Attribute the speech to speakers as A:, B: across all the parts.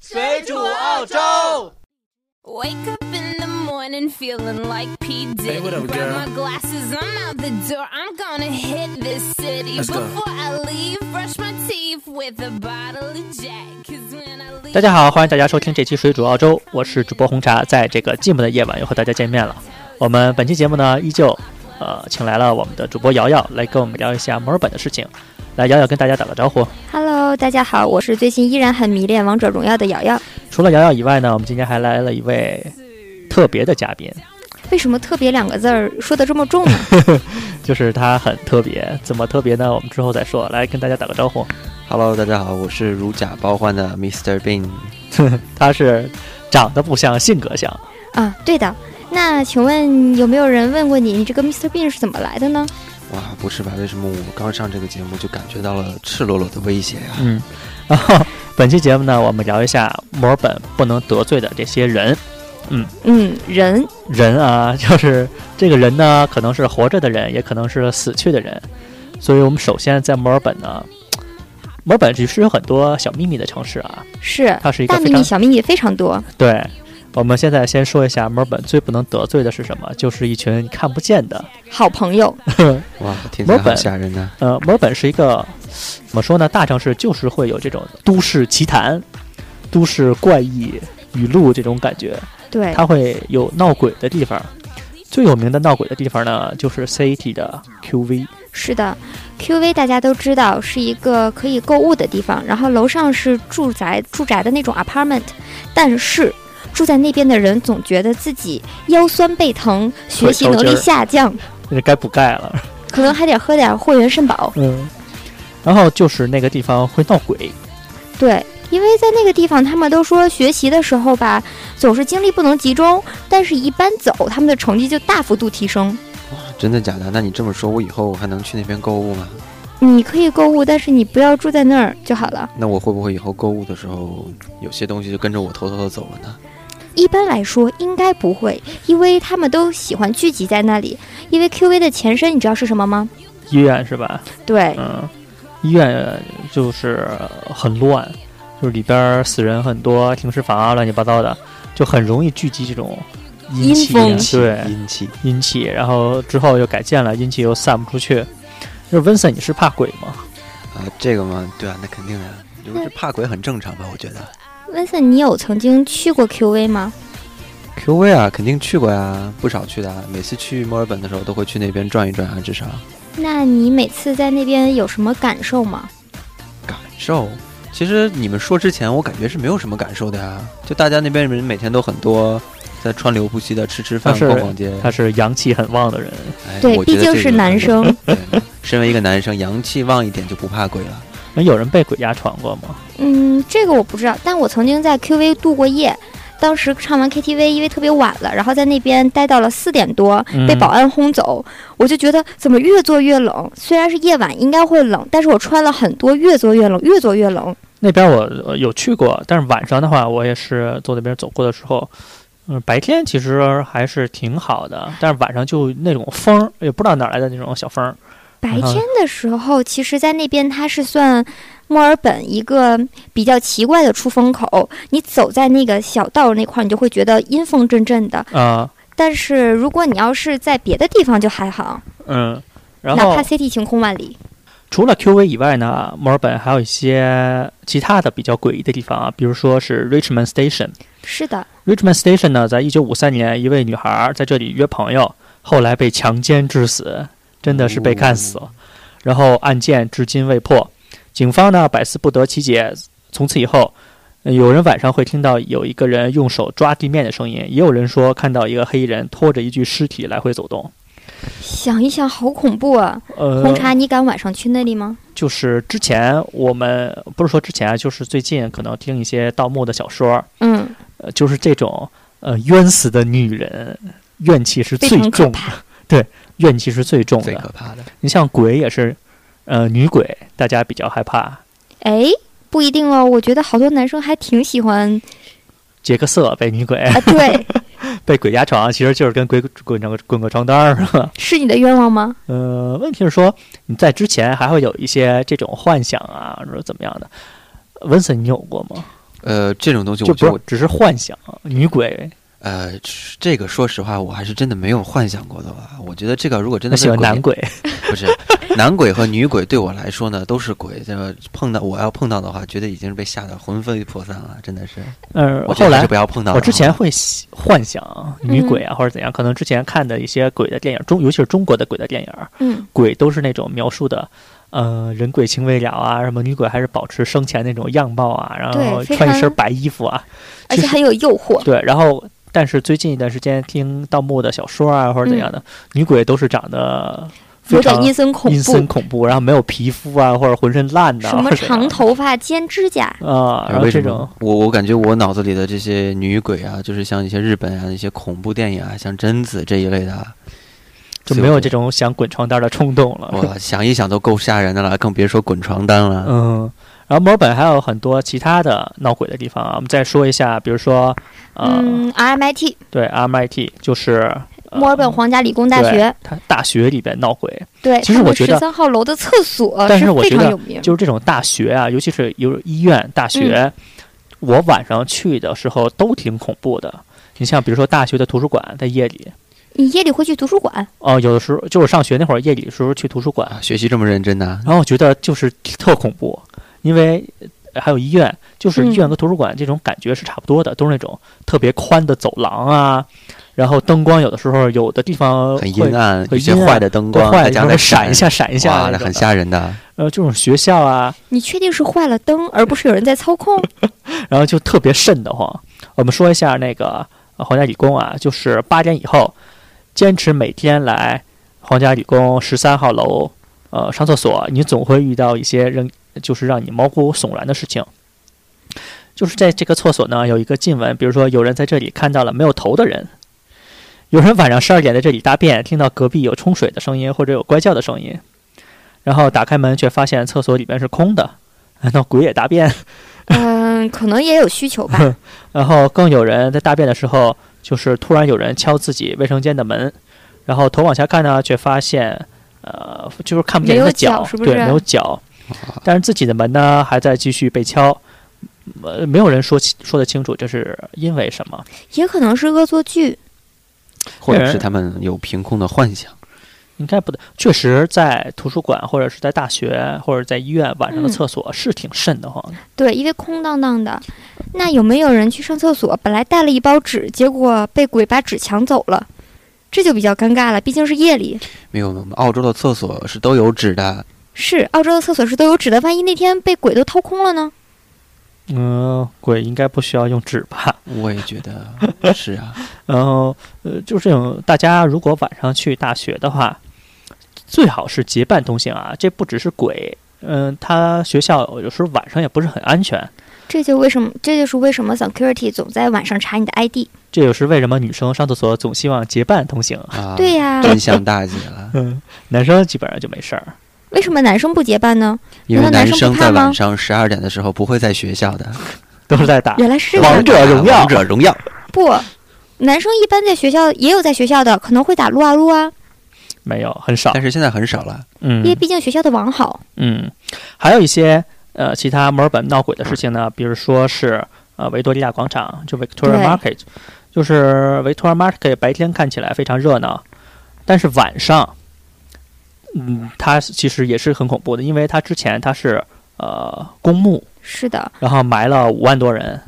A: 水煮澳洲。
B: Wake up in the morning feeling like P. Diddy.
C: what up,
B: Grab
C: girl?
B: my glasses, I'm out the door. I'm gonna hit this city.
C: Let's go.
B: Before I leave, brush my teeth with a bottle of Jack. Cause when I leave,
D: 大家好，欢迎大家收听这期《水煮澳洲》，我是主播红茶，在这个寂寞的夜晚又和大家见面了。我们本期节目呢，依旧呃，请来了我们的主播瑶瑶来跟我们聊一下墨尔本的事情。来，瑶瑶跟大家打个招呼。
E: Hello，大家好，我是最近依然很迷恋王者荣耀的瑶瑶。
D: 除了瑶瑶以外呢，我们今天还来了一位呃特别的嘉宾，
E: 为什么“特别”两个字儿说的这么 重呢？
D: 就是他很特别，怎么特别呢？我们之后再说。来跟大家打个招呼，
A: Hello，大家好，我是如假包换的 Mr. Bean。
D: 他是长得不像，性格像。
E: 啊，对的。那请问有没有人问过你，你这个 Mr. Bean 是怎么来的呢？
A: 哇，不是吧？为什么我刚上这个节目就感觉到了赤裸裸的威胁呀、
D: 嗯，然后本期节目呢，我们聊一下墨尔本不能得罪的这些人。
E: 嗯，人
D: 人啊， 就是这个人呢，可能是活着的人，也可能是死去的人。所以我们首先在墨尔本呢，墨尔本其实有很多小秘密的城市啊，
E: 是
D: 它是一个
E: 大
D: 非
E: 秘密、
D: 常
E: 小秘密非常多。
D: 对。我们现在先说一下墨尔本最不能得罪的是什么，就是一群看不见的。
E: 好朋 友，
A: 哇，听起来
D: 墨尔本
A: 好吓人呢、
D: 呃，墨尔本是一个怎么说呢？大城市就是会有这种都市奇谈、都市怪异语录这种感觉。
E: 对，
D: 它会有闹鬼的地方。最有名的闹鬼的地方呢，就是 CT 的 QV。
E: 是的，QV 大家都知道是一个可以购物的地方，然后楼上是住宅住宅的那种 apartment，但是住在那边的人总觉得自己腰酸背疼，学习
D: 腿抽
E: 能
D: 筋
E: 力
D: 儿
E: 下降，
D: 那就该补钙了，
E: 可能还得喝点霍元肾宝。
D: 嗯，然后就是那个地方会闹鬼，
E: 对，因为在那个地方，他们都说学习的时候吧，总是精力不能集中，但是一般走，他们的成绩就大幅度提升。
A: 真的假的？那你这么说，我以后还能去那边购物吗？
E: 你可以购物，但是你不要住在那儿就好了。
A: 那我会不会以后购物的时候，有些东西就跟着我偷偷的走了呢？
E: 一般来说应该不会，因为他们都喜欢聚集在那里。因为 QV 的前身你知道是什么吗？
D: 医院是吧？
E: 对，
D: 嗯，医院就是很乱，就是里边儿死人很多，停尸房啊，乱七八糟的，就很容易聚集这种阴气，啊
E: 阴风
D: 对
A: 阴气。
D: 阴气。然后之后又改建了，阴气又散不出去。就是温森，你是怕鬼吗？
A: 啊，这个嘛，对啊，那肯定的、如果是怕鬼很正常吧？我觉得。
E: 温森，你有曾经去过 QV 吗？
A: QV 啊，肯定去过呀，不少去的啊。每次去墨尔本的时候，都会去那边转一转啊，至少
E: 那你每次在那边有什么感受吗？
A: 感受。其实你们说之前，我感觉是没有什么感受的呀。就大家那边人每天都很多，在川流不息的吃吃饭、
D: 但啊是
A: 逛逛街。
D: 他是阳气很旺的人，
A: 哎，
E: 对
A: 我觉得
E: 毕竟
A: 这个
E: 是男生
A: 对。身为一个男生，阳气旺一点就不怕鬼了。
D: 那有人被鬼压床过吗？
E: 嗯，这个我不知道，但我曾经在 QV 度过夜。当时唱完 KTV，因为特别晚了，然后在那边待到了四点多，被
D: 嗯
E: 保安轰走。我就觉得怎么越坐越冷，虽然是夜晚应该会冷，但是我穿了很多，越坐越冷，越坐越冷。
D: 那边我呃有去过，但是晚上的话，我也是坐那边走过的时候，嗯、白天其实还是挺好的，但是晚上就那种风儿，也不知道哪儿来的那种小风儿。
E: 白
D: 嗯哼
E: 天的时候，其实，在那边它是算墨尔本一个比较奇怪的出风口。你走在那个小道那块儿，你就会觉得阴风阵阵的。
D: 啊、
E: 但是如果你要是在别的地方就还好，
D: 嗯，然
E: 哪
D: 后
E: 怕 CT 晴空万里。
D: 除了 QV 以外呢，墨尔本还有一些其他的比较诡异的地方啊，比如说是 Richmond Station。
E: 是的，
D: Richmond Station 呢，在一九五三年，一位女孩在这里约朋友，后来被强奸致死，真的是被干死了。然后案件至今未破，警方呢百思不得其解。从此以后，呃有人晚上会听到有一个人用手抓地面的声音，也有人说看到一个黑衣人拖着一具尸体来回走动。
E: 想一想，好恐怖啊！
D: 呃，
E: 红茶，你敢晚上去那里吗？
D: 就是之前我们不是说之前啊，就是最近可能听一些盗墓的小说，
E: 嗯，
D: 呃，就是这种呃冤死的女人，怨气是
E: 非
D: 最
E: 常可
D: 重的，
E: 怕。
D: 怨气是最重
A: 最可
D: 的。
A: 怕的，
D: 你像鬼也是，呃，女鬼大家比较害怕，
E: 哎，不一定哦，我觉得好多男生还挺喜欢
D: 杰克瑟被女鬼
E: 啊。 对，
D: 被鬼压床，其实就是跟鬼滚个滚个床单儿，是吧？
E: 是你的愿望吗？
D: 呃，问题是说你在之前还会有一些这种幻想啊，说怎么样的？温森，你有过吗？
A: 呃，这种东西
D: 就
A: 我觉得
D: 不
A: 我
D: 是只是幻想女鬼。
A: 呃，这个说实话，我还是真的没有幻想过的吧。我觉得这个如果
D: 我
A: 真的
D: 喜
A: 是
D: 欢
A: 鬼
D: 男鬼，
A: 不是男鬼和女鬼对我来说呢，都是鬼。这个碰到我要碰到的话，绝对已经是被吓得魂飞魄散了，真的是。
D: 嗯，
A: 我觉
D: 后
A: 得还
D: 来
A: 是不要碰到了啊。嗯
D: 我之前会喜幻想女鬼啊，或者怎样，可能之前看的一些鬼的电影，中尤其是中国的鬼的电影，
E: 嗯
D: 鬼都是那种描述的，呃，人鬼情未了啊，什么女鬼还是保持生前那种样貌啊，然后
E: 对非
D: 穿一
E: 常
D: 身白衣服啊，
E: 而
D: 其
E: 且
D: 实
E: 很有诱惑。
D: 对，然后但是最近一段时间听盗墓的小说啊或者怎样的，女鬼都是长得非
E: 嗯有点
D: 常
E: 阴森恐
D: 阴森
E: 怖，
D: 恐怖，然后没有皮肤啊或者浑身烂的啊，
E: 什么
D: 或者怎样
E: 长头发、尖指甲，
D: 啊，然后
A: 哎为
D: 这
A: 什
D: 种
A: 么。我我感觉我脑子里的这些女鬼啊，就是像一些日本啊一些恐怖电影啊，像贞子这一类 的啊，
D: 就
A: 所以
D: 没有
A: 我
D: 这种想滚床单的冲动了。
A: 我想一想都够吓人的了，更别说滚床单了。
D: 嗯，然后墨尔本还有很多其他的闹鬼的地方啊，我们再说一下，比如说，呃，
E: 嗯，RMIT
D: 对，MIT 就是、呃
E: 墨尔本皇家理工大
D: 对
E: 学，
D: 它大学里边闹鬼，
E: 对，
D: 其实我觉得
E: 十三号楼的厕所
D: 但是
E: 是
D: 我
E: 非
D: 觉
E: 常
D: 得
E: 有名，
D: 就是这种大学啊，尤其是有医院、大学，
E: 嗯
D: 我晚上去的时候都挺恐怖的。你像比如说大学的图书馆，在夜里，
E: 你夜里会去图书馆，
D: 哦、有的时候就我上学那会儿夜里的时候去图书馆，
A: 啊，学习这么认真呢、
D: 然后我觉得就是特恐怖，因为呃还有医院，就是医院
E: 嗯
D: 和图书馆这种感觉是差不多的，都是那种特别宽的走廊啊，然后灯光有的时候有的地方
A: 很
D: 会
A: 阴暗，有
D: 会
A: 些
D: 阴暗
A: 坏的灯
D: 对
A: 光，
D: 坏
A: 再
D: 的时
A: 加
D: 候
A: 上
D: 会闪一下闪一下
A: 哇，
D: 那
A: 那
D: 种
A: 很
D: 的。
A: 吓 人的。
D: 呃，这种学校啊，
E: 你确定是坏了灯，而不是有人在操 控？
D: 然后就特别瘆得慌。我们说一下那个呃皇家理工啊，就是八点以后坚持每天来皇家理工十三号楼呃上厕所，你总会遇到一些让就是让你毛骨悚然的事情。就是在这个厕所呢，有一个禁闻，比如说有人在这里看到了没有头的人，有人晚上十二点在这里大便，听到隔壁有冲水的声音或者有怪叫的声音，然后打开门却发现厕所里边是空的，难道鬼也大便？
E: 嗯，可能也有需求吧。
D: 然后更有人在大便的时候，就是突然有人敲自己卫生间的门，然后头往下看呢，却发现，呃，就是看不见
E: 没
D: 人
E: 有
D: 的
E: 脚是不是
D: 对，没有脚。但是自己的门呢，还在继续被敲，呃，没有人说清说得清楚这是因为什么。
E: 也可能是恶作剧。
A: 或者
D: 对
A: 是他们有凭空的幻想，
D: 应该不对，确实在图书馆或者是在大学或者在医院晚上的
E: 嗯
D: 厕所是挺瘆得慌的。
E: 对，因为空荡荡的。那有没有人去上厕所，本来带了一包纸，结果被鬼把纸抢走了？这就比较尴尬了，毕竟是夜里。
A: 没有，我们澳洲的厕所是都有纸的，
E: 是澳洲的厕所是都有纸的，万一那天被鬼都掏空了呢？
D: 嗯，鬼应该不需要用纸吧？
A: 我也觉得是 啊。
D: 然后呃，就是这种大家如果晚上去大学的话，最好是结伴同行啊。这不只是鬼，嗯、他学校有时候晚上也不是很安全。
E: 这就为什么，这就是为什么 security 总在晚上查你的 ID。
D: 这也是为什么女生上厕所总希望结伴同行，
A: 啊，
E: 对呀、
A: 真相大姐了，
D: 男生基本上就没事儿。
E: 为什么男生不结伴呢？
A: 因为
E: 难道男
A: 男
E: 生
A: 生
E: 不
A: 在
E: 怕吗
A: 晚上十二点的时候不会在学校的。
D: 都是在
A: 啊
D: 打，
E: 原来是这
D: 王
E: 样。
D: 者荣耀
A: 王者荣耀，
E: 不，男生一般在学校也有在学校的，可能会打撸啊撸啊，
D: 没有很少
A: 但。是现在很少了。
D: 嗯
E: 因为毕竟学校的网好。
D: 嗯，还有一些呃其他墨尔本闹鬼的事情呢，比如说是呃维多利亚广场，就 Victoria
E: 对
D: Market，就是维多利亚 Market 白天看起来非常热闹，但是晚上，嗯，它其实也是很恐怖的，因为它之前它是呃公墓，
E: 是的，
D: 然后埋了五万多人，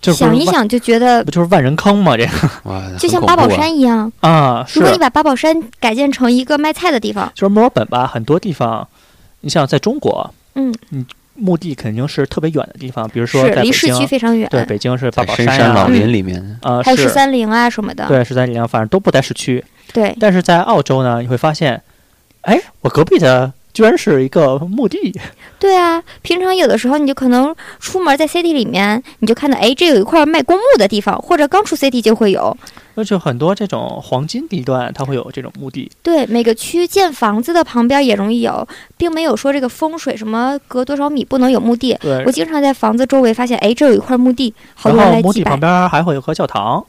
D: 这不是
E: 想一
D: 万
E: 想就觉得
D: 不就是万人坑吗？这个
A: 哇，很
E: 就像
A: 恐
E: 八宝
A: 怖啊
E: 山一样。
D: 啊，是
E: 如果你把八宝山改建成一个卖菜的地方，
D: 就是墨尔本吧，很多地方，你像在中国，
E: 嗯，
D: 你墓地肯定是特别远的地方，比如说
E: 是
D: 在北
E: 离市区
D: 京。
E: 非常远，
D: 对，北京是八
A: 在
D: 宝
A: 深
D: 山
A: 山
D: 呀、
A: 老
D: 啊，
A: 林里面，
D: 呃，
E: 还有十
D: 是，
E: 三陵啊什么的。
D: 对，十三陵，反正都不在市区。
E: 对
D: 但是在澳洲呢，你会发现，哎，我隔壁的居然是一个墓地，
E: 对啊，平常有的时候你就可能出门在 city 里面，你就看到哎，这有一块卖公墓的地方，或者刚出 city 就会有。
D: 那就很多这种黄金地段，它会有这种墓地。
E: 对，每个区建房子的旁边也容易有，并没有说这个风水什么隔多少米不能有墓地。
D: 对
E: 我，经常在房子周围发现，哎，这有一块墓地，好
D: 然
E: 多人
D: 后
E: 来
D: 墓
E: 祭
D: 地
E: 拜
D: 旁。边还会有个教堂，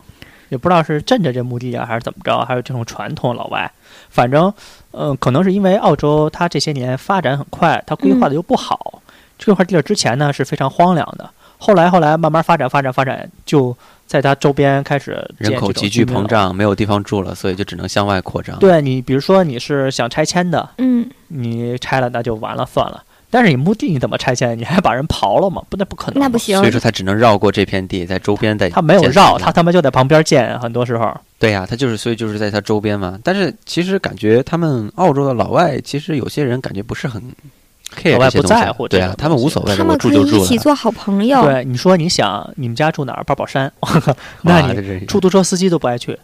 D: 也不知道是镇着这墓地啊，还是怎么着，还有这种传统老外。反正，嗯、可能是因为澳洲
E: 嗯
D: 它这些年发展很快，它规划的又不好。这块地儿之前呢是非常荒凉的，后来后来慢慢发展发展发展，就在它周边开始建
A: 人口
D: 这种
A: 急剧
D: 居民
A: 膨
D: 楼。
A: 胀，没有地方住了，所以就只能向外扩张。
D: 对你，比如说你是想拆迁的，
E: 嗯，
D: 你拆了那就完了算了。但是你墓地你怎么拆迁？你还把人刨了吗？不，那不可能。
E: 那不。行
A: 所，以说他只能绕过这片地，在周边再
D: 他没有
A: 建
D: 绕，
A: 房子
D: 他他妈就在旁边建，很多时候。
A: 对呀、他就是所以就是在他周边嘛。但是其实感觉他们澳洲的老外，其实有些人感觉不是很 care
D: 老外
A: 这些
D: 不
A: 东西
D: 在乎这
A: 对
D: 种
A: 啊，
D: 东
A: 他们无
D: 西
A: 所谓
E: 他
A: 的，我
E: 们
A: 住
E: 可
A: 就
E: 以
A: 住
E: 一
A: 了
E: 起。做好朋友。
D: 对，你说你想你们家住哪儿？八宝山，
A: 哇
D: 那
A: 这
D: 你
A: 是
D: 出租车司机都不爱去。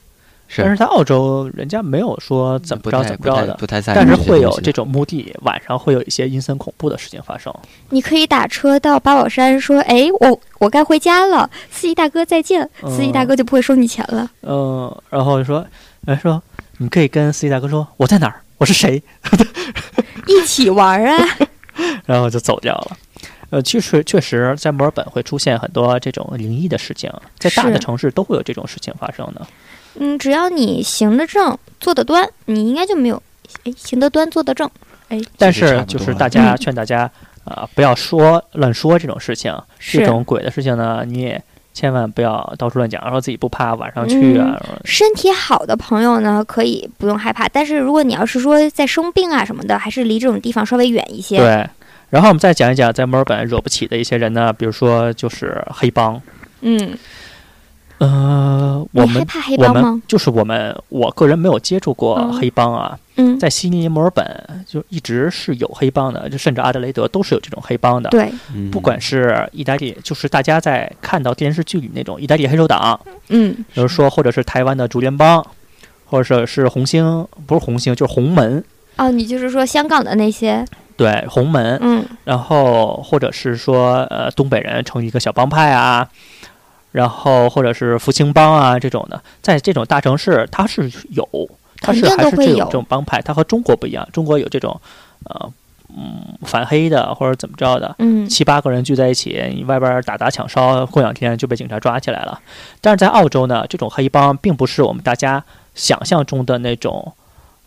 A: 是
D: 但是在澳洲，人家没有说怎么
A: 不
D: 着
A: 太
D: 怎么
A: 不太
D: 着的，
A: 不太在乎
D: 但是
A: 些
D: 会有
A: 东西
D: 这种墓地，晚上会有一些阴森恐怖的事情发生。
E: 你可以打车到八宝山，说：“哎，我我该回家了，司机大哥再见。”
D: 嗯
E: 司机大哥就不会收你钱了。
D: 嗯，然后就说，呃，说你可以跟司机大哥说我在哪儿，我是谁，
E: 一起玩啊！
D: 然后就走掉了。呃，其实确实，在墨尔本会出现很多这种灵异的事情，在大的
E: 是
D: 城市都会有这种事情发生的。
E: 嗯，只要你行得正，坐得端，你应该就没有。哎，行得端，坐得正。
D: 但
A: 其实差
D: 是
A: 不
D: 就
A: 多
D: 是
A: 了
D: 大家
E: 嗯
D: 劝大家啊、不要说乱说这种事情，
E: 是
D: 这种鬼的事情呢，你也千万不要到处乱讲，说自己不怕，晚上去啊。
E: 身体好的朋友呢，可以不用害怕。但是如果你要是说在生病啊什么的，还是离这种地方稍微远一些。
D: 对。然后我们再讲一讲在墨尔本惹不起的一些人呢，比如说就是黑帮。
E: 嗯，
D: 呃，我
E: 你害
D: 们
E: 怕黑
D: 我
E: 帮
D: 们
E: 吗？
D: 就是我们，我个人没有接触过
E: 嗯
D: 黑帮啊，
E: 嗯，
D: 在悉尼、墨尔本就一直是有黑帮的，就甚至阿德雷德都是有这种黑帮的。
E: 对，
A: 嗯
D: 不管是意大利，就是大家在看到电视剧里那种意大利黑手党，
E: 嗯，
D: 比如说或者是台湾的竹联帮，或者是红星，不是红星就是红门，
E: 哦，你就是说香港的那些，
D: 对红门，
E: 嗯，
D: 然后或者是说呃东北人成立一个小帮派啊，然后或者是福清帮啊这种的，在这种大城市它是有，它是
E: 肯定
D: 还
E: 都
D: 是
E: 会
D: 这种
E: 有
D: 这种帮派，它和中国不一样，中国有这种呃嗯反黑的或者怎么着的。
E: 嗯，
D: 七八个人聚在一起，你外边打砸抢烧，过两天就被警察抓起来了。但是在澳洲呢，这种黑帮并不是我们大家想象中的那种，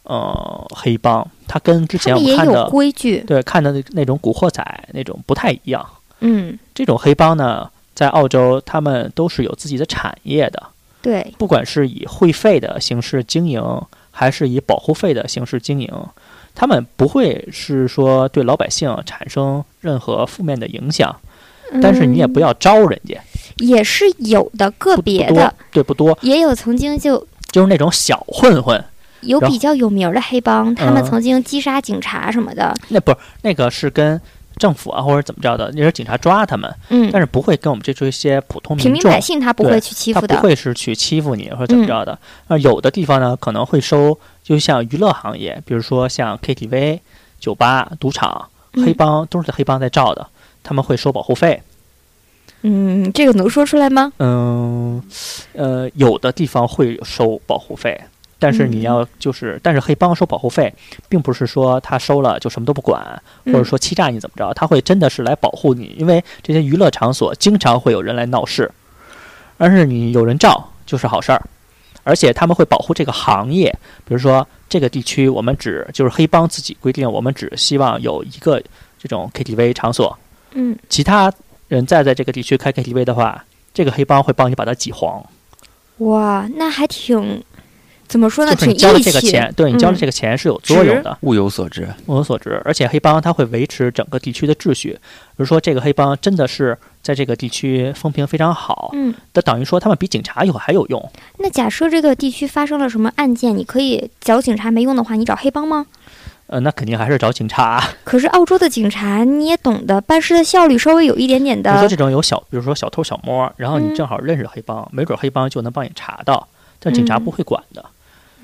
D: 呃，黑帮，它跟之
E: 他
D: 前我
E: 们
D: 们
E: 也
D: 看的
E: 有规矩，
D: 对，看的那那种古惑仔那种不太一样。
E: 嗯，
D: 这种黑帮呢，在澳洲他们都是有自己的产业的，
E: 对，
D: 不管是以会费的形式经营，还是以保护费的形式经营，他们不会是说对老百姓产生任何负面的影响。
E: 嗯
D: 但是你也不
E: 要，
D: 要招人家，
E: 也是有的个
D: 不
E: 别
D: 不多
E: 的，
D: 对不多，
E: 也有曾经就
D: 就是那种小混混，
E: 有
D: 然后
E: 比较有名儿的黑帮，他们
D: 嗯
E: 曾经击杀警察什么的，
D: 那不是那个是跟政府啊或者怎么着的，那是警察抓他们，
E: 嗯，
D: 但是不会跟我们这这些普通
E: 平
D: 民
E: 民
D: 众
E: 百姓他不
D: 对
E: 会去欺
D: 他
E: 负
D: 不
E: 的，嗯
D: 会是去欺负你或者怎么着的。那、有的地方呢，可能会收，就像娱乐行业，比如说像 KTV、酒吧、赌场，
E: 嗯
D: 黑帮都是黑帮在罩的，他们会收保护费。
E: 嗯，这个能说出来吗？
D: 嗯，呃，有的地方会收保护费，但是你
E: 嗯
D: 要就是，但是黑帮收保护费，并不是说他收了就什么都不管，或者
E: 嗯
D: 说欺诈你怎么着，他会真的是来保护你，因为这些娱乐场所经常会有人来闹事，而是你有人罩就是好事儿，而且他们会保护这个行业，比如说这个地区我们只就是黑帮自己规定，我们只希望有一个这种 KTV 场所，
E: 嗯，
D: 其他人再在这个地区开 KTV 的话，这个黑帮会帮你把它挤黄，
E: 哇，那还挺，怎么说呢，
D: 就是你
E: 挺
D: 交了
E: 义
D: 这个
E: 气，
D: 钱，对你交了
E: 嗯
D: 这个钱是有作用
E: 值
D: 的，
A: 物有所值，
D: 物有所值。而且黑帮它会维持整个地区的秩序，比如说这个黑帮真的是在这个地区风评非常好，
E: 嗯。
D: 那等于说他们比警察有还有用。
E: 那假设这个地区发生了什么案件，你可以找警察没用的话，你找黑帮吗？
D: 呃，那肯定还是找警察。
E: 可是澳洲的警察你也懂得，办事的效率稍微有一点点
D: 比如说
E: 的
D: 这，种有小，比如说小偷小摸，然后你
E: 嗯
D: 正好认识黑帮，没准黑帮就能帮你查到，但警察
E: 嗯
D: 不会管的。就是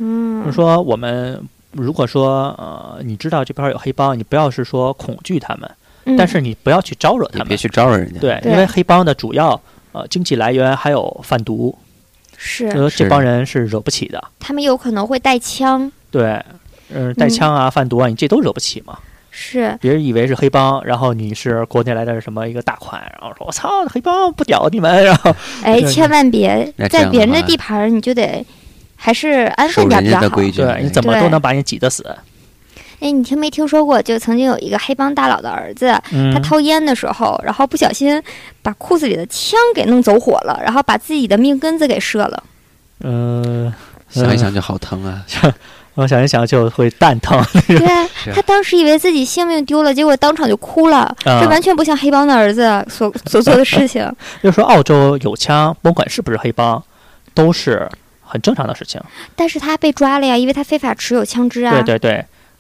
E: 嗯，
D: 说我们如果说呃，你知道这边有黑帮，你不要是说恐惧他们，
E: 嗯
D: 但是你不要去招惹他
A: 也
D: 们。
A: 别去招惹人家。
D: 对，
E: 对
D: 因为黑帮的主要呃经济来源还有贩毒，所以
E: 是
D: 说这
A: 是
D: 帮人是惹不起的。
E: 他们有可能会带枪，
D: 对，嗯、带
E: 嗯
D: 枪啊、贩毒啊，你这都惹不起嘛。
E: 是
D: 别人以为是黑帮，然后你是国内来的什么一个大款，然后说我操，黑帮不屌你们，然后
E: 哎，
D: 对
E: 千万别
A: 那这
E: 在
A: 样
E: 别人
A: 的
E: 的
A: 话
E: 地盘儿，你就得还是安
A: 守
E: 分点儿
A: 人
E: 比
A: 家
E: 较
A: 的
E: 好。
A: 规矩，
D: 对你怎么
E: 对
D: 都能把你挤得死。
E: 哎，你听没听说过？就曾经有一个黑帮大佬的儿子，
D: 嗯
E: 他，掏烟的时候，然后不小心把裤子里的枪给弄走火了，然后把自己的命根子给射了。
D: 嗯、
A: 想一想就好疼啊！
D: 我想一想就会蛋疼。
E: 对啊
A: 是啊
E: 他当时以为自己性命丢了，结果当场就哭了。
D: 啊
E: 这完全不像黑帮的儿子所所做的事情。
D: 要说澳洲有枪，甭管是不是黑帮，都是很正常的事情。
E: 但是他被抓了呀，因为他非法持有枪支啊。
D: 对对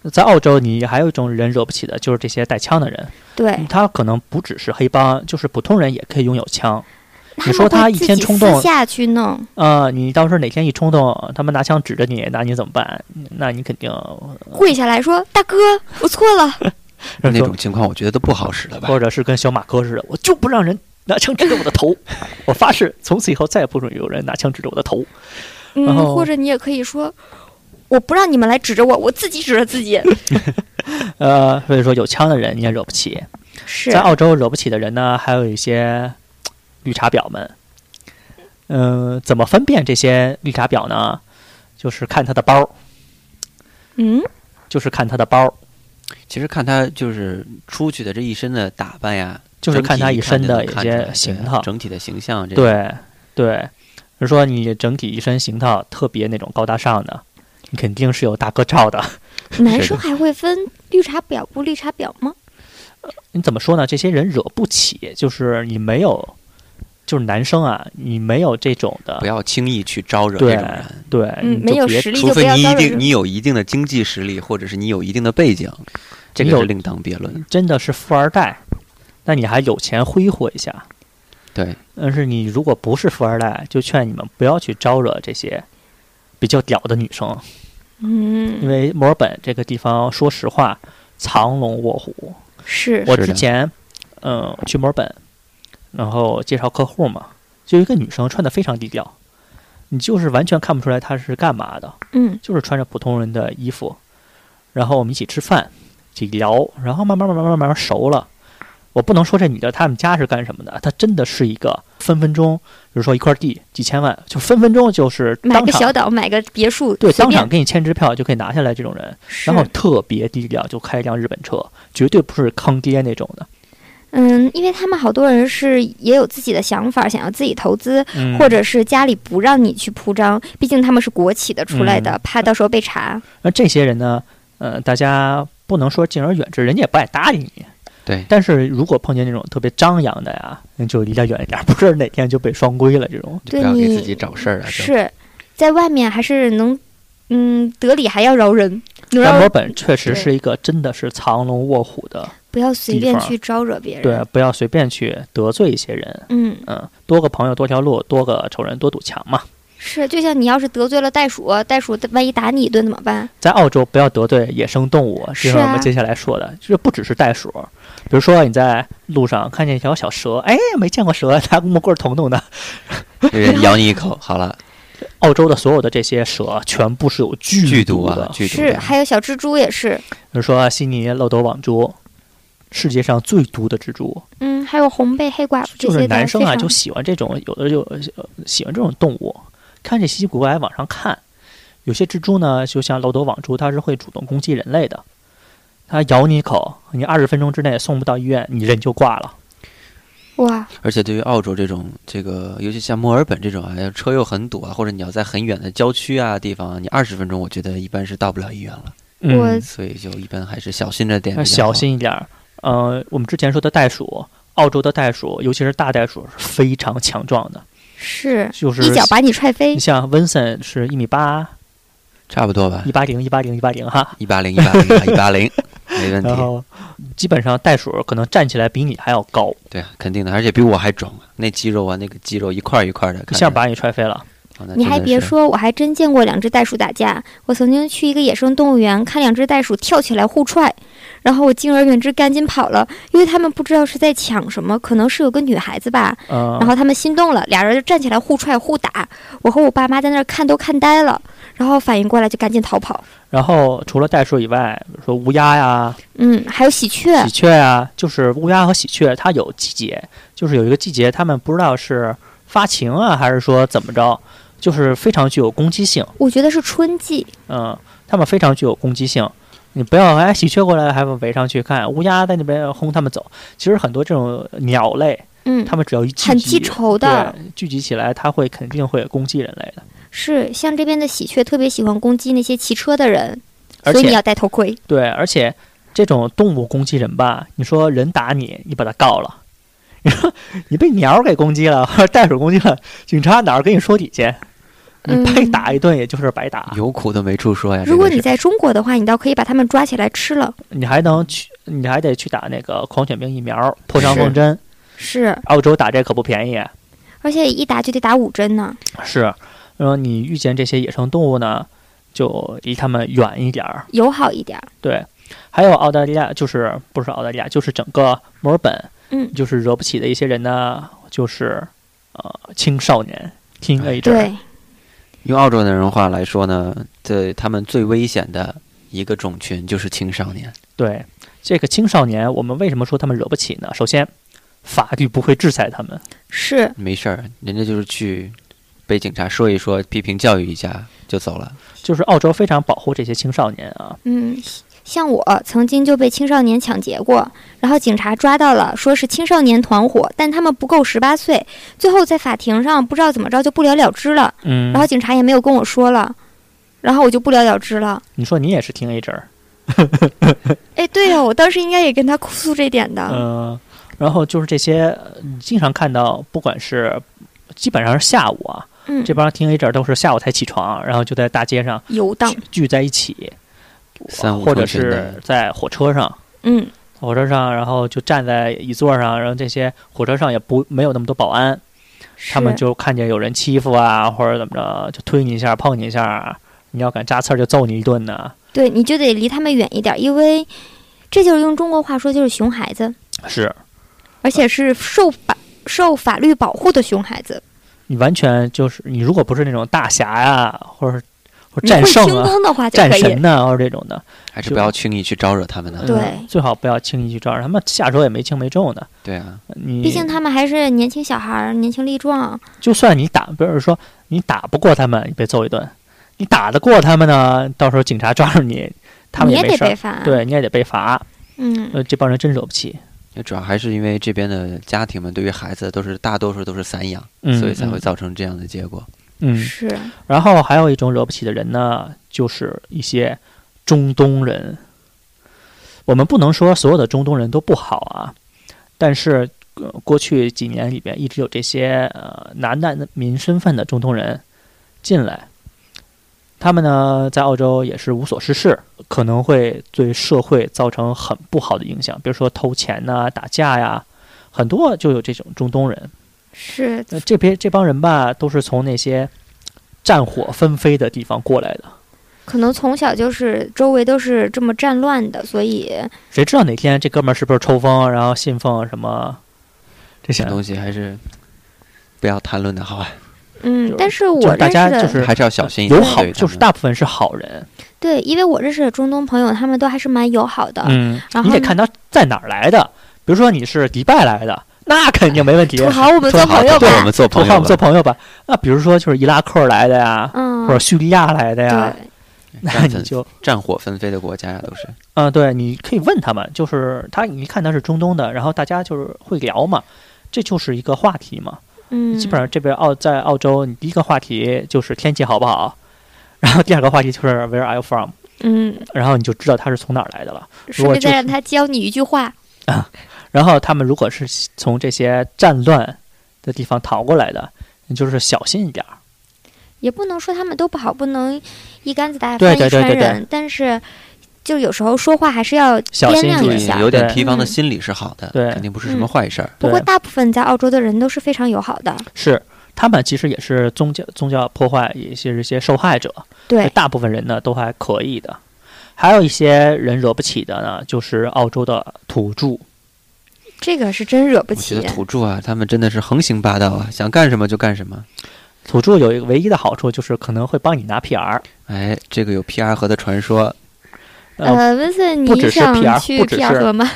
D: 对，在澳洲你还有一种人惹不起的，就是这些带枪的人，
E: 对
D: 他可能不只是黑帮，就是普通人也可以拥有枪。
E: 他
D: 你
E: 们
D: 说他
E: 会
D: 一
E: 自
D: 天
E: 己
D: 冲
E: 私
D: 动
E: 下去弄，
D: 呃，你到时候哪天一冲动，他们拿枪指着你，那你怎么办？那你肯定
E: 跪下来说：“大哥，我错了。
A: 那种情况我觉得都不好使了吧？
D: 或者是跟小马哥似的，我就不让人拿枪指着我的 头，我发誓从此以后再也不准有人拿枪指着我的头。”然
E: 嗯，
D: 后
E: 或者你也可以说：“我不让你们来指着我，我自己指着 自己。
D: 呃，所以说有枪的人你也惹不起，
E: 是”
D: 在澳洲惹不起的人呢，还有一些绿茶婊们。嗯、怎么分辨这些绿茶婊呢？就是看他的包，
E: 嗯，
D: 就是看他的包，
A: 其实看他就是出去的这一身的打扮呀，
D: 就是看他
A: 整
D: 一
A: 体
D: 身
A: 就能
D: 一
A: 看出来
D: 些
A: 对
D: 行头。
A: 整体的形象这种。
D: 对对，就是说你整体一身行头特别那种高大上的，你肯定是有大哥罩的。
E: 男生还会分绿茶婊不绿茶婊吗？
D: 你怎么说呢？这些人惹不起，就是你没有，就是男生啊，你没有这种的
A: 不，要轻易去招惹
D: 对
A: 这种人，
D: 对，
E: 嗯，
D: 你
E: 没
D: 就
E: 有
D: 别
E: 实力就
A: 除
E: 不
A: 非
E: 要
A: 你一
E: 招惹
A: 定
E: 人。
A: 你有一定的经济实力，或者是你有一定的背景，这
D: 你
A: 个
D: 有
A: 是另当别论。
D: 真的是富二代，那你还有钱挥霍一下。
A: 对，
D: 但是你如果不是富二代，就劝你们不要去招惹这些比较屌的女生，因
E: 嗯，
D: 为墨尔本这个地方，说实话，藏龙卧虎。
E: 是
D: 我之
A: 是的
D: 前，嗯、去墨尔本，然后介绍客户嘛，就有一个女生穿的非常低调，你就是完全看不出来她是干嘛的，
E: 嗯
D: 就是穿着普通人的衣服，然后我们一起吃饭，一起聊，然后慢慢慢慢慢慢慢慢熟了。我不能说这女的他们家是干什么的，她真的是一个分分钟，比如说一块地几千万，就分分钟就是
E: 买
D: 当
E: 个小
D: 场
E: 岛，买个别墅，
D: 对
E: 随
D: 当场
E: 便。
D: 给你签支票就可以拿下来这种人，
E: 是
D: 然后特别低调，就开一辆日本车，绝对不是坑爹那种的，
E: 嗯，因为他们好多人是也有自己的想法，想要自己投资，
D: 嗯
E: 或者是家里不让你去铺张，毕竟他们是国企的出来的，
D: 嗯
E: 怕到时候被查。
D: 那这些人呢，呃，大家不能说敬而远之，人家也不爱搭理你。
A: 对
D: 但是如果碰见那种特别张扬的呀，那就离他远一点，不是哪天就被双规了这种。
A: 就
E: 对
A: 不要给
E: 你
A: 自己找事儿啊。 就是
E: 在外面还是能，嗯，得理还要饶人，能
D: 但墨尔
E: 让
D: 本确实
E: 对
D: 是一个真的是藏龙卧虎的，
E: 不要随
D: 地
E: 便
D: 方
E: 去招惹别人。
D: 对，不要随便去得罪一些人。
E: 嗯，
D: 嗯，多个朋友多条路，多个仇人多堵墙嘛。
E: 是，就像你要是得罪了袋鼠，袋鼠万一打你一顿怎么办？
D: 在澳洲不要得罪野生动物，这
E: 是
D: 是
E: 啊
D: 我们接下来说的，就是不只是袋鼠，比如说你在路上看见一条小蛇，哎，没见过蛇，拿木棍儿捅捅的，
A: 人咬你一口，好了，
D: 澳洲的所有的这些蛇全部是有
A: 剧
D: 剧
A: 毒
D: 毒
A: 啊
D: 的，，
A: 剧毒
E: 是，
A: 的。
E: 还有小蜘蛛也是，
D: 比如说悉尼漏斗网蛛，世界上最毒的蜘蛛，
E: 嗯，还有红背黑寡妇这
D: 就是
E: 些的
D: 男生啊
E: 非常
D: 就喜欢这种，有的就呃喜欢这种动物，看着稀奇古怪往上看。有些蜘蛛呢，就像漏斗网蛛，它是会主动攻击人类的，它咬你一口，你二十分钟之内送不到医院，你人就挂了。
E: 哇，
A: 而且对于澳洲这种这个，尤其像墨尔本这种啊，车又很堵啊，或者你要在很远的郊区啊地方，你二十分钟，我觉得一般是到不了医院了。
E: 嗯
D: 嗯
E: 我
A: 所以就一般还是小心着点
D: 要
A: 嗯比较
D: 小
A: 好
D: 心一点儿。呃，我们之前说的袋鼠，澳洲的袋鼠，尤其是大袋鼠，是非常强壮的，
E: 是
D: 就是
E: 一脚把你踹飞
D: 你，像温森是一米八、
A: 差不多吧
D: 一，八零、一八零、一八零哈，
A: 一八零一八零啊一八零，没问
D: 然
A: 题。
D: 后基本上袋鼠可能站起来比你还要高，
A: 对啊，肯定的，而且比我还壮啊，那肌肉啊，那个肌肉一块儿一块儿的，
D: 一
A: 看
D: 下
A: 着
D: 把你踹飞了。
A: 哦那
E: 你
A: 真
E: 还
A: 的
E: 别
A: 是，
E: 说，我还真见过两只袋鼠打架。我曾经去一个野生动物园，看两只袋鼠跳起来互踹，然后我敬而远之，赶紧跑了，因为他们不知道是在抢什么，可能是有个女孩子吧。
D: 嗯、
E: 然后他们心动了，俩人就站起来互踹互打。我和我爸妈在那儿看都看呆了，然后反应过来就赶紧逃跑。
D: 然后除了袋鼠以外，比如说乌鸦呀、
E: 嗯，还有喜鹊，
D: 喜鹊呀，就是乌鸦和喜鹊，它有季节，就是有一个季节，它们不知道是发情啊，还是说怎么着，就是非常具有攻击性。
E: 我觉得是春季。
D: 嗯，它们非常具有攻击性。你不要哎喜鹊过来了还围上去看，乌鸦在那边轰它们走。其实很多这种鸟类，
E: 嗯，
D: 它们只要一聚集，
E: 很记仇的。
D: 对，聚集起来，它会肯定会攻击人类的。
E: 是，像这边的喜鹊特别喜欢攻击那些骑车的人，
D: 而
E: 所以你
D: 且
E: 要戴头盔。
D: 对，而且这种动物攻击人吧，你说人打你，你把它告了， 你说你被鸟给攻击了，或 者袋鼠攻击了，警察哪儿跟你说理去？你
E: 嗯
D: 被打一顿也就是白打，
A: 有苦都没处说呀。
E: 如果
A: 这个
E: 你
A: 是
E: 在中国的话，你倒可以把它们抓起来吃了。
D: 你还能去，你还得去打那个狂犬病疫苗、破伤风
A: 是
D: 针。
E: 是，
D: 澳洲打这可不便宜。
E: 而且一打就得打五针呢。
D: 是，然后你遇见这些野生动物呢，就离它们远一点儿。
E: 友好一点儿。
D: 对，还有澳大利亚，就是不是澳大利亚，就是整个墨尔本，
E: 嗯
D: 就是惹不起的一些人呢，就是呃青少年 teenager，
E: 对，
A: 用澳洲的人话来说呢，这他们最危险的一个种群就是青少年。
D: 对这个青少年，我们为什么说他们惹不起呢？首先，法律不会制裁他们。
E: 是
A: 没事儿，人家就是去被警察说一说，批评教育一下就走了。
D: 就是澳洲非常保护这些青少年啊，
E: 嗯，像我曾经就被青少年抢劫过，然后警察抓到了，说是青少年团伙，但他们不够十八岁，最后在法庭上不知道怎么着就不了了之了，
D: 嗯
E: 然后警察也没有跟我说了，然后我就不了了之了。
D: 你说你也是 teenager，
E: 哎，对呀、我当时应该也跟他哭诉这点的。
D: 嗯，然后就是这些，呃你经常看到，不管是基本上是下午啊，
E: 嗯，
D: 这帮 teenager 都是下午才起床，然后就在大街上
E: 游荡
D: 聚，聚在一起，
A: 三五
D: 或者
A: 成群的
D: 是在火车上，
E: 嗯，
D: 火车上，然后就站在椅座上，然后这些火车上也不没有那么多保安，他们
E: 是
D: 就看见有人欺负啊，或者怎么着，就推你一下，碰你一下啊，你要敢扎刺儿就揍你一顿呢、
E: 对，你就得离他们远一点，因为这就是用中国话说就是熊孩子，
D: 是
E: 而且是受法受法律保护的熊孩子。
D: 你完全就是你，如果不是那种大侠呀、或者或者
E: 你
D: 战
E: 会
D: 胜
E: 轻
D: 啊。
E: 功的话就
D: 战
E: 可以
D: 神。呐、或者这种的，
A: 还是
D: 就
A: 不要轻易去招惹他们呢。
E: 对
D: 嗯最好不要轻易去招惹他们，下手也没轻没重的。
A: 对啊，
D: 你
E: 毕竟他们还是年轻小孩儿，年轻力壮。
D: 就算你打，比如说你打不过他们，你被揍一顿；你打得过他们呢，到时候警察抓住你，他们
E: 你也
D: 没
E: 得
D: 事
E: 被
D: 儿，
E: 罚。，
D: 对，你也得被罚。
E: 嗯，
D: 呃，这帮人真惹不起，
A: 也主要还是因为这边的家庭们对于孩子都是大多数都是散养，
D: 嗯，
A: 所以才会
D: 嗯
A: 造成这样的结果。
D: 嗯。
E: 是
D: 然后还有一种惹不起的人呢，就是一些中东人。我们不能说所有的中东人都不好啊，但是、呃、过去几年里边一直有这些呃拿难民身份的中东人进来，他们呢在澳洲也是无所事事，可能会对社会造成很不好的影响，比如说偷钱呐、打架呀、很多就有这种中东人。
E: 是，
D: 那这边这帮人吧，都是从那些战火纷飞的地方过来的。
E: 可能从小就是周围都是这么战乱的，所以
D: 谁知道哪天这哥们儿是不是抽风，然后信奉什么这些
A: 这？东西还是不要谈论的好啊，
E: 嗯
D: 就，
E: 但是我
D: 大
E: 认识
D: 家
E: 的
D: 就是
A: 还是要小心一点。
D: 友好，
A: 对他
D: 就是
A: 们
D: 大部分是好人。
E: 对，因为我认识的中东朋友，他们都还是蛮友好的。
D: 嗯
E: 然，后
D: 你得
E: 呢
D: 看他在哪儿来的。比如说你是迪拜来的，那肯定没问题
E: 土，豪，我们做
A: 土豪
E: 朋友
A: 对我
E: 吧。
A: 们做
D: 土
A: 朋
D: 豪
A: 友
D: 我们做
A: 吧，
D: 朋友吧。那比如说就是伊拉克来的呀，
E: 嗯
D: 或，者叙利亚来的呀，
E: 对，
D: 那
A: 战
D: 你
A: 争
D: 就
A: 战火纷飞的国家呀，都是。
D: 嗯，对，你可以问他们，就是他，你一看他是中东的，然后大家就是会聊嘛，这就是一个话题嘛。
E: 嗯，
D: 基本上这边澳在澳洲，你第一个话题就是天气好不好，然后第二个话题就是 Where are you from，
E: 嗯，
D: 然后你就知道他是从哪儿来的了。
E: 顺
D: 果
E: 便再
D: 就
E: 让他教你一句话。
D: 然后他们如果是从这些战乱的地方逃过来的，你就是小心一点儿。
E: 也不能说他们都不好，不能一竿子打
D: 对
E: 翻
D: 对对
E: 一船
D: 对对
E: 人，但是就有时候说话还是要
D: 小
E: 掂
D: 心
E: 量
D: 注
E: 一
D: 意
E: 下
A: 有。点
D: 对
A: 提防的
E: 嗯
A: 心理是好的，
D: 对
A: 肯定不是什么坏事儿。
E: 不过
D: 对
E: 大部分在澳洲的人都是非常友好的，
D: 是他们其实也是宗教宗教破坏，也是一些受害者。
E: 对，
D: 大部分人呢都还可以的。还有一些人惹不起的呢，就是澳洲的土著。
E: 这个是真惹不
A: 我觉
E: 起
A: 得。土著啊，他们真的是横行霸道啊，想干什么就干什么。
D: 土著有一个唯一的好处就是可能会帮你拿 PR，
A: 哎，这个有 PR 河的传说，
D: 呃，
E: 呃，温森，
D: 不只
E: 你
D: 是
E: 想
D: PR
E: 去
D: 不只
E: PR
D: 是
E: 河吗？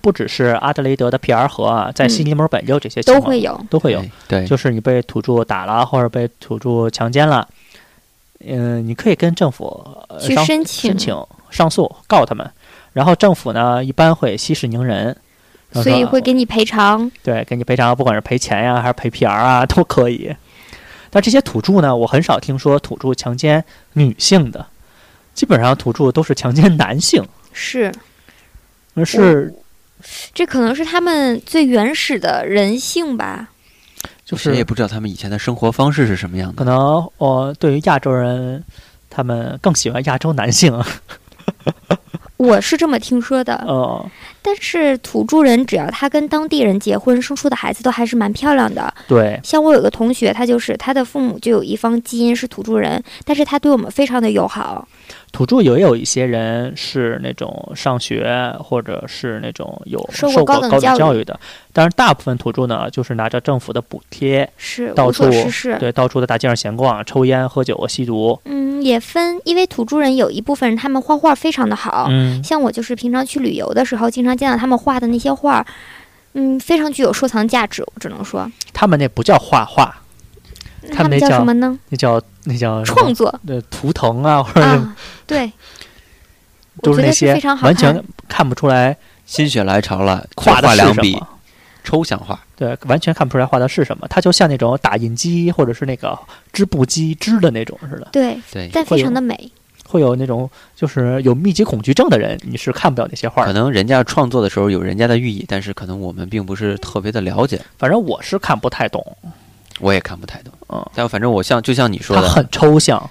D: 不只是阿德雷德的 PR 河啊，在
E: 嗯
D: 悉尼、墨尔本也有这些情
E: 都
D: 况，
E: 会有，
D: 都会有
A: 哎，对，
D: 就是你被土著打了或者被土著强奸了，嗯、你可以跟政府、呃、
E: 去
D: 商
E: 申
D: 申
E: 请。
D: 请上诉告他们，然后政府呢一般会息事宁人，然后
E: 所以
D: 说
E: 会给你赔偿。
D: 对，给你赔偿，不管是赔钱呀、还是赔 PR 啊，都可以。但这些土著呢，我很少听说土著强奸女性的，基本上土著都是强奸男性。
E: 是，
D: 那
E: 哦
D: 是
E: 这可能是他们最原始的人性吧。
D: 就
A: 谁也
D: 是
A: 不知道他们以前的生活方式是什么样
D: 可
A: 的。
D: 能呃，对于亚洲人，他们更喜欢亚洲男性。
E: 啊我是这么听说的，
D: 呃，
E: 但是土著人只要他跟当地人结婚，生出的孩子都还是蛮漂亮的。
D: 对，
E: 像我有个同学，他就是他的父母就有一方基因是土著人，但是他对我们非常的友好。
D: 土著也有一些人是那种上学或者是那种有
E: 受
D: 受
E: 过高
D: 高
E: 等
D: 等
E: 教育
D: 教育的，但是大部分土著呢，就是拿着政府的补贴，
E: 是
D: 到
E: 无所
D: 处
E: 事事，
D: 对，到处在大街上闲逛、抽烟、喝酒、吸毒。
E: 嗯，也分，因为土著人有一部分人他们画画非常的好，
D: 嗯，
E: 像我就是平常去旅游的时候，经常见到他们画的那些画儿，嗯，非常具有收藏价值，我只能说，
D: 他们那不叫画画，
E: 嗯
D: 他
E: 他
D: 们
E: 们
D: 那
E: 叫
D: 叫
E: 什么呢？
D: 那叫那叫什么
E: 创作
D: 对图腾啊，或者
E: 啊，对，我
D: 都
E: 觉
D: 那
E: 得是
D: 些
E: 非常好
D: 完
E: 看
D: 全看不出来
A: 心血来潮了，就
D: 画的
A: 画
D: 是
A: 两
D: 什
A: 笔
D: 么。
A: 抽象画，
D: 对，完全看不出来画的是什么，它就像那种打印机或者是那个织布机织的那种似的，
E: 对，
A: 对，
E: 但
D: 会
E: 非
D: 有
E: 常的美。
D: 会有那种就是有密集恐惧症的人，你是看不了那些画
A: 可
D: 的。
A: 能人家创作的时候有人家的寓意，但是可能我们并不是特别的了解，
D: 反正我是看不太懂，
A: 我也看不太懂。
D: 嗯，
A: 但反正我像就像你说
D: 它
A: 的，
D: 很抽象。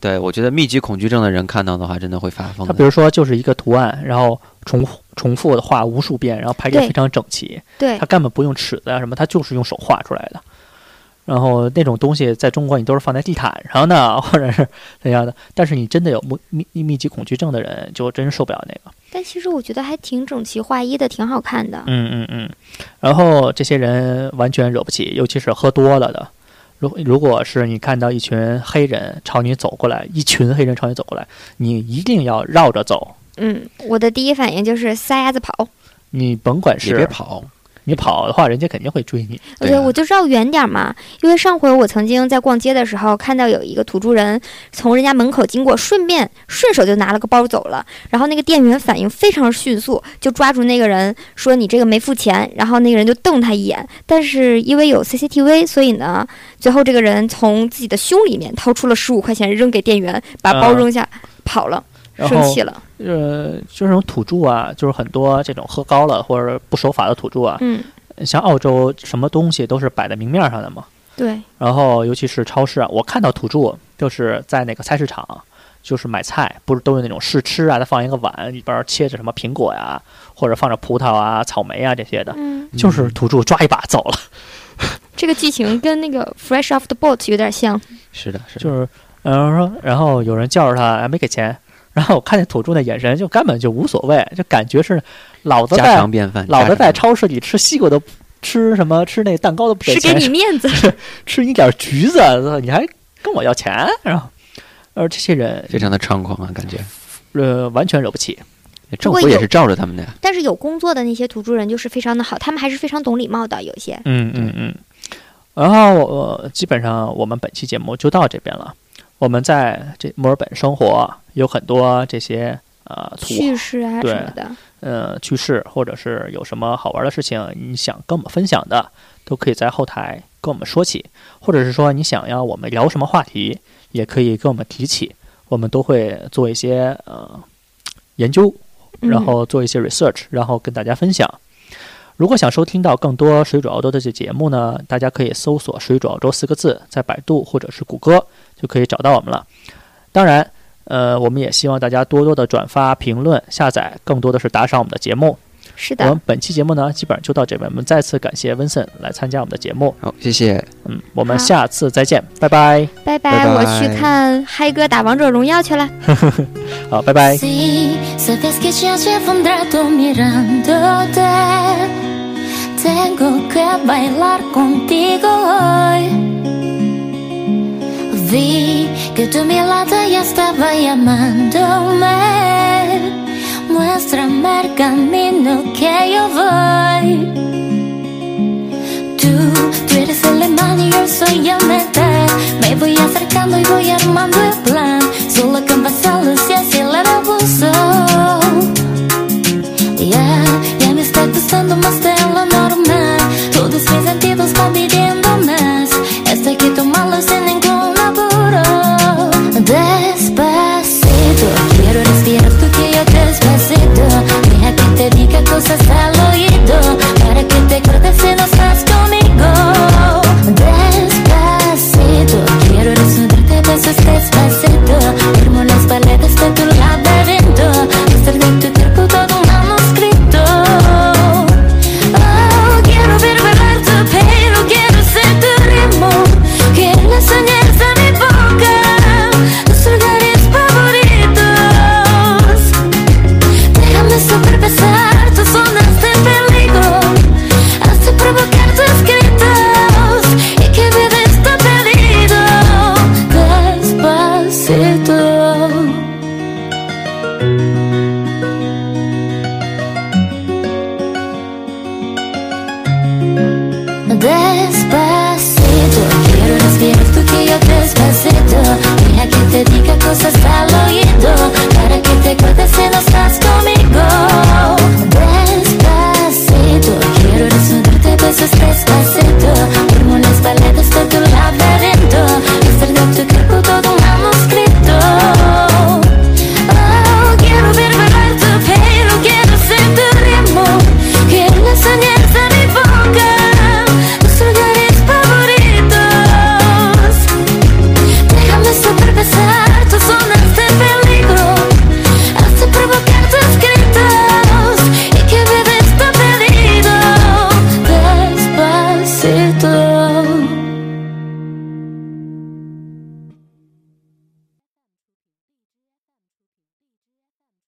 A: 对我觉得密集恐惧症的人看到的话，真的会发疯
D: 它
A: 的。
D: 比如说就是一个图案，然后重复重复的画无数遍，然后排列
E: 对
D: 非常整齐，
E: 对
D: 它，根本不用尺子啊什么，它就是用手画出来的。然后那种东西在中国你都是放在地毯上的，或者是怎样的，但是你真的有密密密集恐惧症的人就真受不了那个。
E: 但其实我觉得还挺整齐划一的，挺好看的。
D: 嗯嗯嗯，然后这些人完全惹不起，尤其是喝多了的。如如果是你看到一群黑人朝你走过来，一群黑人朝你走过来，你一定要绕着走，
E: 嗯，我的第一反应就是撒丫子跑，
D: 你甭管
A: 也别
D: 是
A: 跑，
D: 你跑的话，人家肯定会追你。
E: 我
A: 对
E: 觉得
A: 啊
E: 我就绕远点儿嘛。因为上回我曾经在逛街的时候看到有一个土著人从人家门口经过，顺便顺手就拿了个包走了。然后那个店员反应非常迅速，就抓住那个人说：“你这个没付钱。”然后那个人就瞪他一眼。但是因为有 CCTV，所以呢，最后这个人从自己的胸里面掏出了十五块钱扔给店员，把
D: 啊
E: 包扔下、跑了，
D: 然
E: 生
D: 后
E: 气了。
D: 呃，就是那种土著啊，就是很多这种喝高了或者不守法的土著啊，
E: 嗯，
D: 像澳洲什么东西都是摆在明面上的嘛。
E: 对，
D: 然后尤其是超市啊，我看到土著就是在那个菜市场，就是买菜，不是都有那种试吃啊，它放一个碗，里边儿切着什么苹果呀、或者放着葡萄啊、草莓啊这些的，
E: 嗯，
D: 就是土著抓一把走了，
E: 这个剧情跟那个 Fresh off the boat 有点像。
A: 是的，是的，
D: 就是嗯说，然后有人叫着他，哎没给钱。然后我看见土著那眼神，就根本就无所谓，就感觉是老子
A: 家
D: 在
A: 常便饭。
D: 老子
A: 家常
D: 在
A: 便
D: 超市里吃西瓜都 吃什么吃那蛋糕都不
E: 是
D: 给
E: 给
D: 钱，
E: 你面子，
D: 吃一点橘子，你还跟我要钱？然后，而这些人
A: 饭非常的猖狂啊，感觉
D: 呃完全惹不起，
A: 政
E: 过
A: 府也
E: 有
A: 是罩着他们的呀。
E: 但是有工作的那些土著人就是非常的好，他们还是非常懂礼貌的。有些
D: 嗯嗯嗯。然后呃，基本上我们本期节目就到这边了。我们在这墨尔本生活，有很多这些呃土
E: 趣事啊
D: 对
E: 什么的，
D: 呃趣事，或者是有什么好玩的事情你想跟我们分享的，都可以在后台跟我们说起，或者是说你想要我们聊什么话题，也可以跟我们提起，我们都会做一些呃研究，
E: 嗯
D: 然后做一些 research，然后跟大家分享。如果想收听到更多水煮澳洲的这节目呢，大家可以搜索“水煮澳洲”四个字，在百度或者是谷歌就可以找到我们了。当然，呃，我们也希望大家多多的转发、评论、下载，更多的是打赏我们的节目。
E: 是
D: 我
E: 的
D: 们，本期节目呢，基本上就到这边。我们再次感谢温森来参加我们的节目。
A: 好，谢谢。
D: 嗯，我们
E: 好
D: 下次再见，拜拜。
E: 拜拜，
A: 拜
E: 我
A: 拜
E: 去看嗨哥打王者荣耀去了。
D: 好，拜拜。
C: Si sabes que ya llevo un rato mirándote, tengo que bailar contigo hoy. Vi que tu mirada ya estaba llamándome. Muéstrame el camino que yo voy. Tú, tú eres el imán y yo soy mente Me voy acercando y voy armando el plan Solo con vasalos y así le abuso solo sin ningún apuro. Despacito, quiero respirar tu cuello despacito. Deja que te diga cosas al oído para que te acuerdes si no estás conmigo. Despacito, quiero desnudarte a besos despacito. Firmo las paredes de tu laberinto. Hacer de tu cuerpo todo un manuscrito. Oh, quiero ver bailar tu pelo, quiero ser tu ritmo. Quiero soñar a mi boca, tus lugares favoritos. Déjame superbesar tus zonas de peligro, hasta provocar tus gritos y que me des tu apellido. Despacito. Despacito, quiero respirar tu cuello despacito Deja que te diga cosas al oído Para que te acuerdes si no estás conmigo Despacito, quiero desnudarte a besos despacito Oh,